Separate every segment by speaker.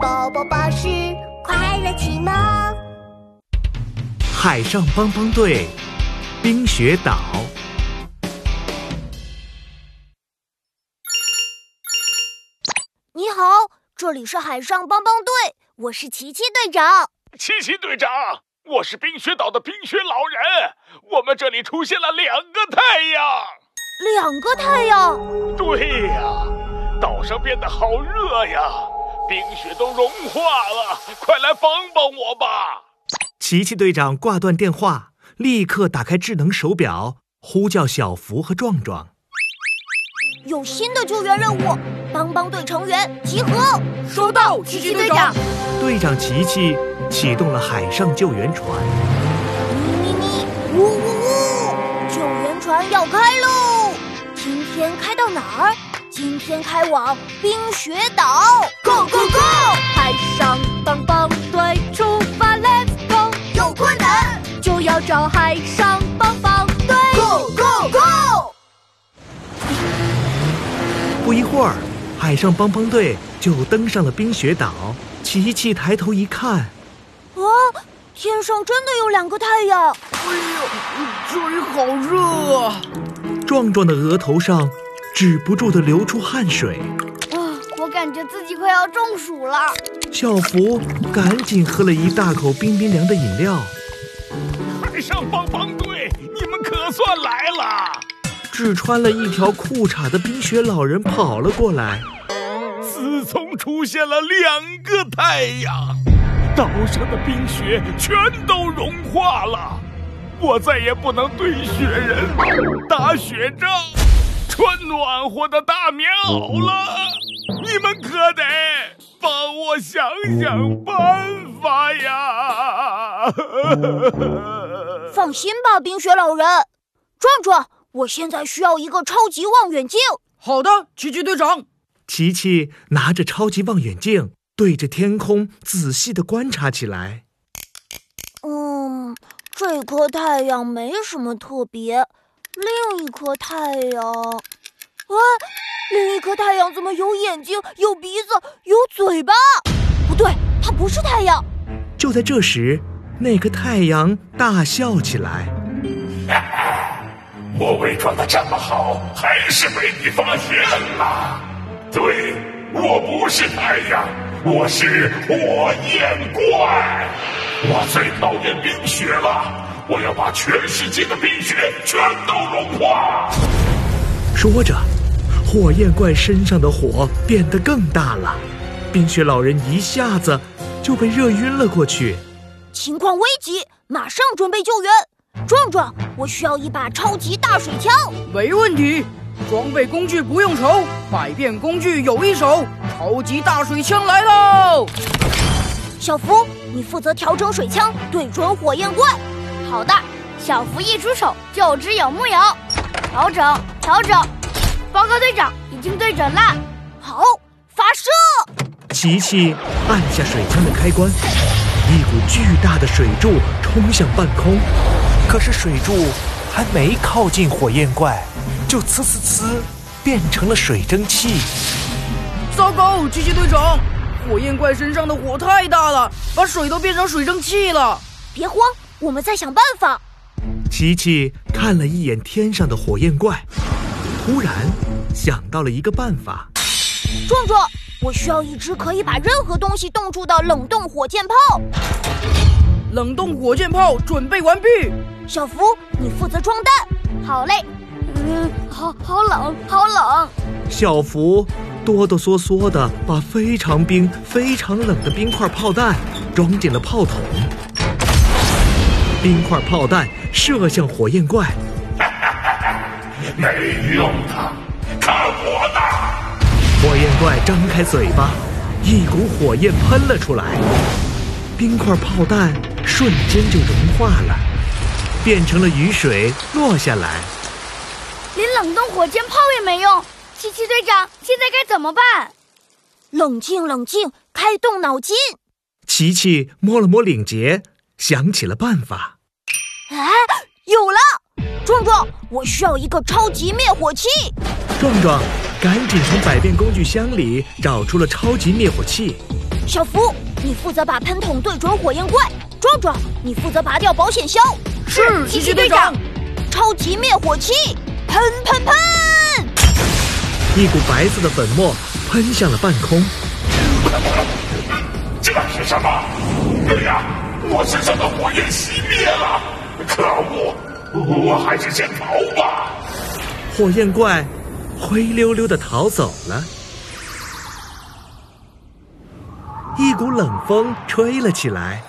Speaker 1: 宝宝巴士快乐启蒙。
Speaker 2: 海上帮帮队，冰雪岛。
Speaker 3: 你好，这里是海上帮帮队，我是琪琪队长。
Speaker 4: 七七队长，我是冰雪岛的冰雪老人。我们这里出现了两个太阳。
Speaker 3: 两个太阳，
Speaker 4: 对呀、岛上变得好热呀，冰雪都融化了。快来帮帮我吧！
Speaker 2: 琪琪队长挂断电话，立刻打开智能手表，呼叫小福和壮壮。
Speaker 3: 有新的救援任务，帮帮队成员集合。
Speaker 5: 收到，奇奇队长。
Speaker 2: 队长琪琪启动了海上救援船，
Speaker 3: 咪咪咪，呜呜呜，救援船要开喽！今天开到哪儿？今天开往冰雪岛。Go go go！
Speaker 5: 海上帮帮队出发，Let's go！
Speaker 3: 有困难
Speaker 5: 就要找海上帮帮队。
Speaker 3: ，Go go go！
Speaker 2: 不一会儿，海上帮帮队就登上了冰雪岛。琪琪抬头一看，
Speaker 3: 哦，天上真的有两个太阳。
Speaker 5: 这里好热啊！
Speaker 2: 壮壮的额头上止不住的流出汗水。
Speaker 3: 啊我感觉自己快要中暑了。
Speaker 2: 小福赶紧喝了一大口冰冰凉的饮料。
Speaker 4: 海上帮帮队，你们可算来了！
Speaker 2: 只穿了一条裤衩的冰雪老人跑了过来。
Speaker 4: 自从出现了两个太阳，岛上的冰雪全都融化了。我再也不能堆雪人、打雪仗、穿暖和的大棉袄了。你们可得帮我想想办法呀！
Speaker 3: 放心吧，冰雪老人。壮壮，我现在需要一个超级望远镜。
Speaker 5: 好的，奇奇队长。
Speaker 2: 琪琪拿着超级望远镜，对着天空仔细的观察起来。
Speaker 3: 嗯，这颗太阳没什么特别，另一颗太阳，啊，另一颗太阳怎么有眼睛、有鼻子、有嘴巴？不对，它不是太阳。
Speaker 2: 就在这时，那个太阳大笑起来。
Speaker 6: 我伪装的这么好，还是被你发现了。对，我不是太阳，我是火焰怪。我最讨厌冰雪了，我要把全世界的冰雪全都融化。
Speaker 2: 说着，火焰怪身上的火变得更大了，冰雪老人一下子就被热晕了过去。
Speaker 3: 情况危急，马上准备救援。壮壮，我需要一把超级大水枪。
Speaker 5: 没问题，装备工具不用愁，百变工具有一手。超级大水枪来喽！
Speaker 3: 小福，你负责调整水枪，对准火焰怪。
Speaker 7: 好的，小福一出手就知有木有。调整，调整。报告队长，已经对准啦。
Speaker 3: 好，发射！
Speaker 2: 琪琪按下水枪的开关，一股巨大的水柱冲向半空。可是水柱还没靠近火焰怪，就呲呲呲变成了水蒸气。
Speaker 5: 糟糕，机器队长，火焰怪身上的火太大了，把水都变成水蒸气了。
Speaker 3: 别慌，我们再想办法。
Speaker 2: 琪琪看了一眼天上的火焰怪，突然想到了一个办法。
Speaker 3: 壮壮，我需要一支可以把任何东西冻住的冷冻火箭炮。
Speaker 5: 冷冻火箭炮准备完毕，
Speaker 3: 小福，你负责装弹。
Speaker 7: 好嘞，嗯，好好冷，好冷。
Speaker 2: 小福哆哆嗦嗦地把非常冰、非常冷的冰块炮弹装进了炮筒。冰块炮弹射向火焰怪，
Speaker 6: 没用啊的，看我的！
Speaker 2: 火焰怪张开嘴巴，一股火焰喷了出来，冰块炮弹瞬间就融化了，变成了雨水落下来。
Speaker 7: 连冷冻火箭炮也没用。七七队长，现在该怎么办？
Speaker 3: 冷静，冷静，开动脑筋。
Speaker 2: 琪琪摸了摸领结，想起了办法。
Speaker 3: 哎，有了！壮壮，我需要一个超级灭火器。
Speaker 2: 壮壮赶紧从百变工具箱里找出了超级灭火器，
Speaker 3: 小福，你负责把喷筒对准火焰怪；壮壮，你负责拔掉保险箱。
Speaker 5: 是
Speaker 7: 嗯
Speaker 3: 奇
Speaker 5: 奇
Speaker 3: 奇
Speaker 5: 奇
Speaker 3: 队
Speaker 5: 队
Speaker 3: 长
Speaker 5: 长，
Speaker 3: 超级灭火器，喷喷喷！
Speaker 2: 一股白色的粉末喷向了半空。
Speaker 6: 这是什么？对呀、我身上的火焰熄灭了，可恶！我还是先逃吧。
Speaker 2: 火焰怪灰溜溜的逃走了。一股冷风吹了起来，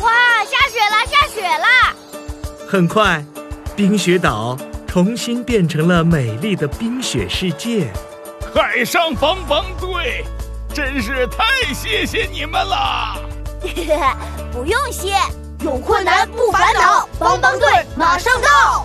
Speaker 7: 哇，下雪啦，下雪 啦！
Speaker 2: 很快，冰雪岛重新变成了美丽的冰雪世界。
Speaker 4: 海上防防队，真是太谢谢你们啦！
Speaker 3: 不用谢，有困难不烦恼，帮帮队马上到。